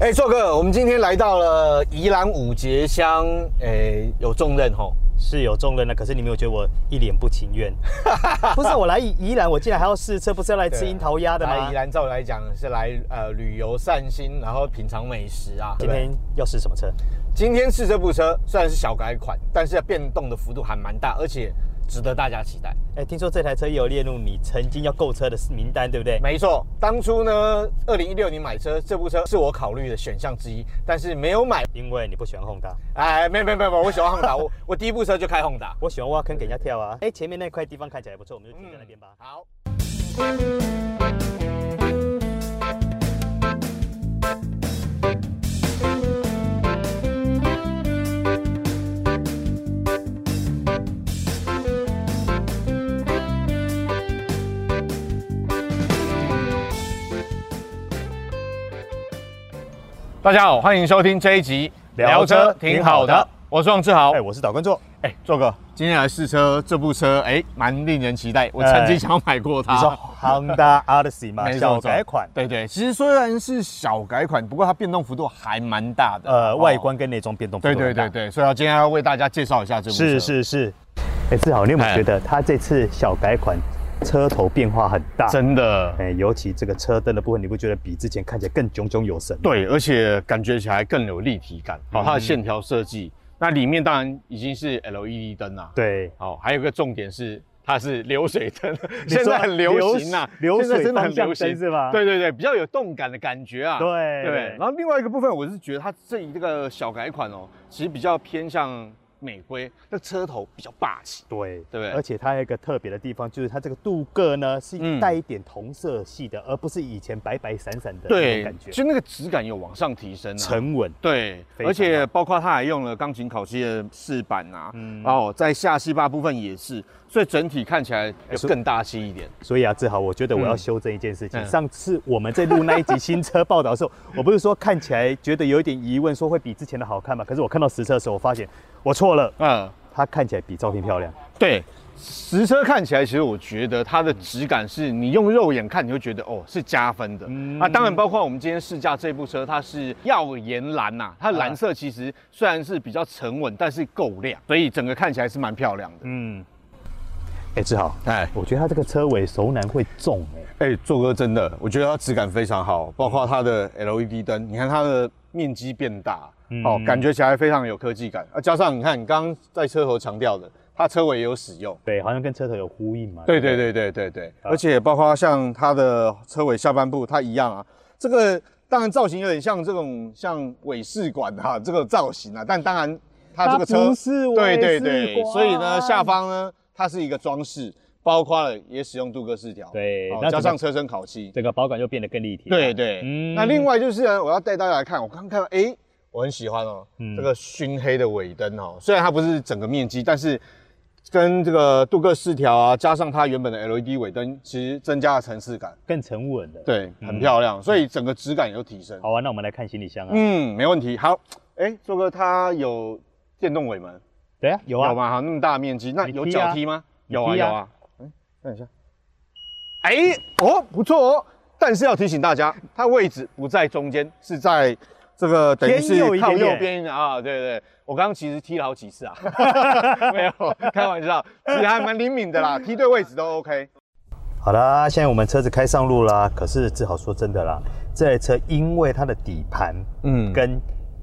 哎，硕哥，我们今天来到了宜兰五节乡，哎，有重任吼。是有重任了，可是你没有觉得我一脸不情愿？ 不是我来宜宜兰，我竟然还要试车，不是要来吃樱桃鸭的啊来吗宜？兰照理来讲是来呃旅游散心，然后品尝美食啊。对今不对天要试什么车？今天试这部车虽然是小改款，但是变动的幅度还蛮大，而且值得大家期待。哎，听说这台车也有列入你曾经要购车的名单，对不对？没错，当初呢，二零一六年买车，这部车是我考虑的选项之一，但是没有买。因为你不喜欢 Honda，哎，没有没有没有，我喜欢 Honda，我我第一部车就开 Honda。我喜欢挖坑给人家跳啊。哎，前面那块地方看起来不错，我们就停在那边吧。好。大家好，欢迎收听这一集聊车挺好的我是王志豪。哎，我是导观座。哎，做哥，今天来试车这部车，哎，蛮令人期待。我曾经哎想要买过它，你说 Honda Odyssey 吗？没错小改款，对对，其实虽然是小改款，不过它变动幅度还蛮大的。呃，哦外。观跟内装变动幅度对很大。对对对，所以要今天要为大家介绍一下这部车。是是是。哎，志豪，你有没有哎觉得它这次小改款车头变化很大？真的。哎，尤其这个车灯的部分，你不觉得比之前看起来更炯炯有神吗？对，而且感觉起来更有立体感。好，它的嗯线条设计，那里面当然已经是 LED 灯啊啦。对，好，还有一个重点是。它是流水灯，你现说在很流行啊，流现在流水真的很方向流行灯是吧对对对，比较有动感的感觉啊。对对对。然后另外一个部分，我是觉得它这一这个小改款哦，其实比较偏向美规，那车头比较霸气。对对不对而且它还有一个特别的地方，就是它这个镀铬呢是嗯带一点同色系的，而不是以前白白闪闪的那种对感，觉，就那个质感有往上提升啊。沉稳。对，非常而且包括它还用了钢琴烤漆的饰板啊，嗯然后在下气坝部分也是，所以整体看起来有是更大气一点。所以啊，志豪，我觉得我要嗯修正一件事情。嗯上次我们在录那一集新车报道的时候，我不是说看起来觉得有一点疑问，说会比之前的好看吗？可是我看到实车的时候，我发现我错了，嗯，它看起来比照片漂亮。对，实车看起来，其实我觉得它的质感是你用肉眼看你会觉得哦是加分的、嗯啊。当然，包括我们今天试驾这部车，它是耀眼蓝呐、它的蓝色其实虽然是比较沉稳，但是够亮，所以整个看起来是蛮漂亮的。嗯，哎，志豪，哎我觉得它这个车尾熟男会重哎、哎，做哥真的，我觉得它质感非常好，包括它的 LED 灯，你看它的面积变大，嗯哦，感觉起来非常有科技感啊。加上你看你刚刚在车头强调的，它车尾也有使用。对，好像跟车头有呼应嘛。对不对对对对对，而且包括像它的车尾下半部，它一样啊。这个当然造型有点像这种像尾试管啊， 这个造型啊，但当然它这个它车不是尾对对试对，管所以呢下方呢它是一个装饰，包括了也使用镀铬饰条，对哦那加整个上车身烤漆，整个保管就变得更立体。对，对。嗯那另外就是呢，我要带大家来看，我刚看到诶，我很喜欢哦，嗯这个熏黑的尾灯哦，虽然它不是整个面积，但是跟这个镀铬饰条啊，加上它原本的 LED 尾灯，其实增加了层次感，更沉稳了。，对，很漂亮，所以整个质感也都提升。嗯好啊，那我们来看行李箱啊。嗯，没问题。好，诶，周哥，它有电动尾门，对啊，有啊。有吗？好，那么大的面积，那你有踢啊脚踢吗？你有啊，踢啊有啊。哎，看一下。哎，哦，不错哦。但是要提醒大家，它位置不在中间，是在这个等于偏右是一靠点点右边一点啊。对对，我刚刚其实踢了好几次啊， 没有开玩笑，其实还蛮灵敏的 啦，踢对位置都 OK。好啦，现在我们车子开上路啦。可是志豪说真的啦，这台车因为它的底盘嗯跟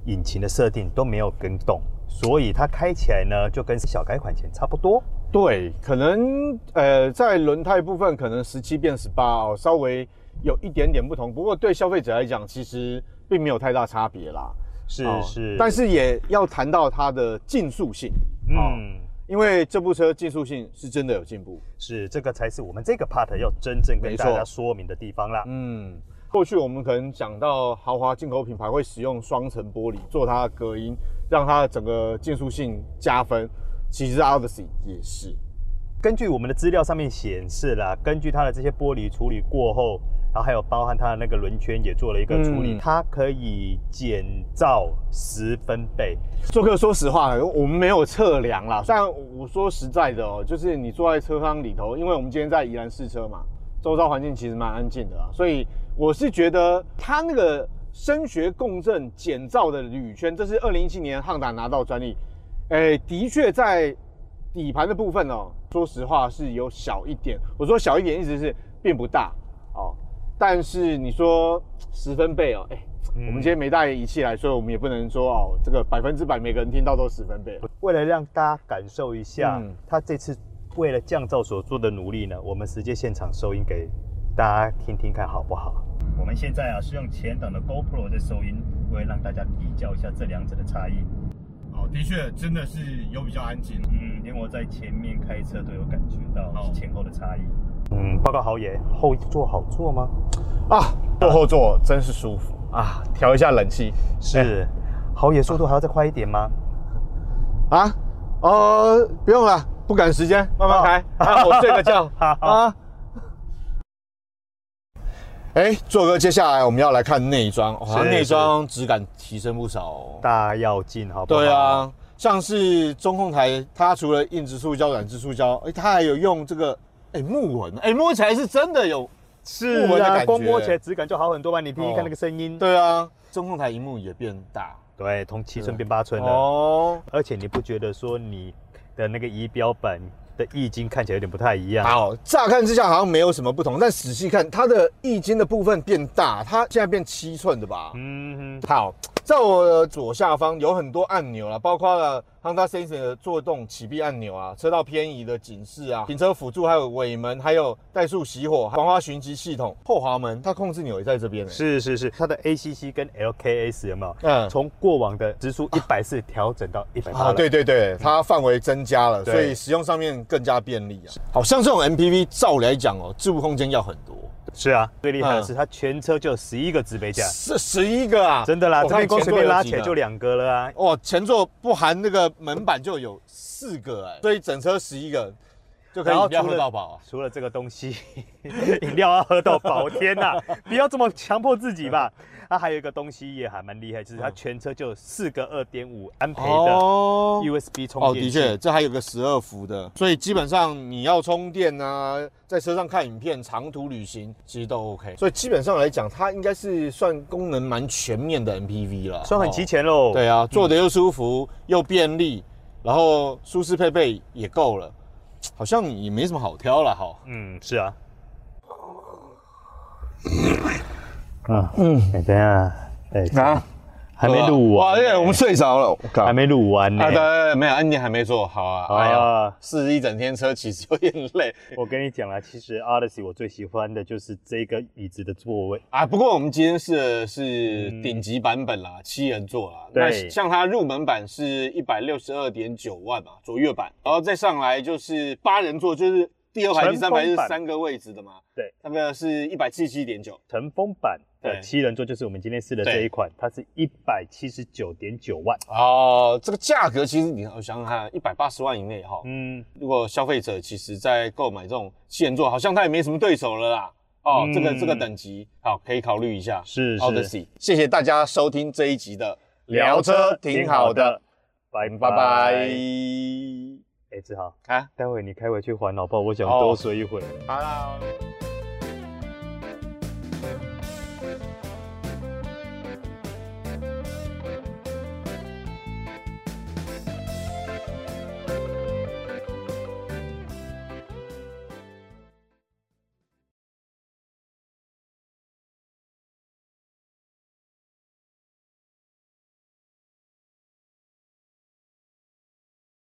引擎的设定都没有跟动，所以它开起来呢就跟小改款前差不多。对，可能呃，在轮胎部分可能十七变十八哦，稍微有一点点不同，不过对消费者来讲，其实并没有太大差别啦。是哦是，但是也要谈到它的竞速性，嗯。哦因为这部车竞速性是真的有进步。是，这个才是我们这个 part 要真正跟没大错家说明的地方啦。嗯，过去我们可能讲到豪华进口品牌会使用双层玻璃做它的隔音，让它的整个竞速性加分，其实 Odyssey 也是。根据我们的资料上面显示啦，根据它的这些玻璃处理过后，然后还有包含它的那个轮圈也做了一个处理，嗯它可以减噪十分贝。做客，说实话，我们没有测量啦。但我说实在的哦，就是你坐在车厢里头，因为我们今天在宜啊兰试车嘛，周遭环境其实蛮安静的啦，所以我是觉得它那个声学共振减噪的铝圈，这是二零一七年汉达拿到专利。哎，的确在底盘的部分哦，说实话是有小一点。我说小一点，意思是并不大哦。但是你说十分贝哦，哎，嗯我们今天没带仪器来，所以我们也不能说哦，这个百分之百每个人听到都十分贝。为了让大家感受一下嗯他这次为了降噪所做的努力呢，我们直接现场收音给大家听听看好不好？我们现在啊是用前档的 GoPro 在收音，为了让大家比较一下这两者的差异。哦，的确真的是有比较安静。嗯，因为我在前面开车都有感觉到好前后的差异。嗯，报告豪爷，后座好坐吗？啊，坐后座真是舒服啊！哎调一下冷气是，豪爷速度还要再快一点吗？啊，呃，不用了，不赶时间，慢慢开。啊，我睡个 觉好啊。哎，做哥，接下来我们要来看内装，哇，是内装质感提升不少哦。大要进，好不好？对，啊，像是中控台，它除了硬质塑胶、软质塑胶，哎，它还有用这个哎木纹，哎摸起来是真的有。是木纹的感啊，觉光摸起来质感就好很多吧？你听听看哦那个声音。对啊，中控台荧幕也变大对，从七寸变八寸了。哦。而且你不觉得说你的那个仪表板的易经看起来有点不太一样？好，乍看之下好像没有什么不同，但仔细看，它的易经的部分变大，它现在变七寸的吧？嗯，好，在我的左下方有很多按钮啦，包括了 Honda Sensing 的作动启闭按钮啊，车道偏移的警示啊，停车辅助，还有尾门，还有怠速熄火、防滑循迹系统、后滑门，它控制钮也在这边、欸。是是是，它的 ACC 跟 LKS 有没有？嗯从过往的直速一百四调整到一百八啊，了。对对对，它范围增加了，对所以使用上面更加便利啊。好像这种 MPV 照理来讲哦，置物空间要很多，是啊，最厉害的是它全车就有十一个置杯架，是十一个啊， 啊真的啦，我这边看光前座随便有拉几起来个就两个了啊。哇，前座不含那个门板就有四个哎、所以整车十一个就可以然后饮料除喝了到饱、啊。除了这个东西， 饮料要喝到饱，天呐，不要这么强迫自己吧。它、还有一个东西也还蛮厉害，就是它全车就有四个二点五安培的嗯哦 USB 充哦，电的器。确，这还有个十二伏的，所以基本上你要充电啊，在车上看影片、长途旅行其实都 OK。所以基本上来讲，它应该是算功能蛮全面的 MPV 了，算很齐齐。全喽、对啊，坐的又舒服、又便利，然后舒适配备也够了，好像也没什么好挑了哈。嗯，是啊。啊，嗯，哎、等一下，哎、啊，还没录哇，完、哎，我们睡着了，我靠还没录完呢、啊，对，没有，啊你还没做好啊。哎呀，啊，试一整天车其实有点累 我跟你讲啦，啊其实 Odyssey 我最喜欢的就是这个椅子的座位，啊。不过我们今天试的是顶级版本啦，七人座啦。嗯对那像它入门版是一百六十二点九万嘛，卓越版，然后再上来就是八人座，就是第二排、第三排成功是版三个位置的嘛。对，那个是一百七十七点九。乘风版的对七人座就是我们今天试的这一款，它是一百七十九点九万。哦，这个价格其实你我想想看，一百八十万以内哈，嗯，如果消费者其实在购买这种七人座，好像他也没什么对手了啦。哦，嗯这个这个等级，好，可以考虑一下。是是 Odyssey，谢谢大家收听这一集的聊车，挺好的，，拜拜拜。哎、志豪，啊，待会你开回去还老不好？我想哦多睡一会儿。好啦。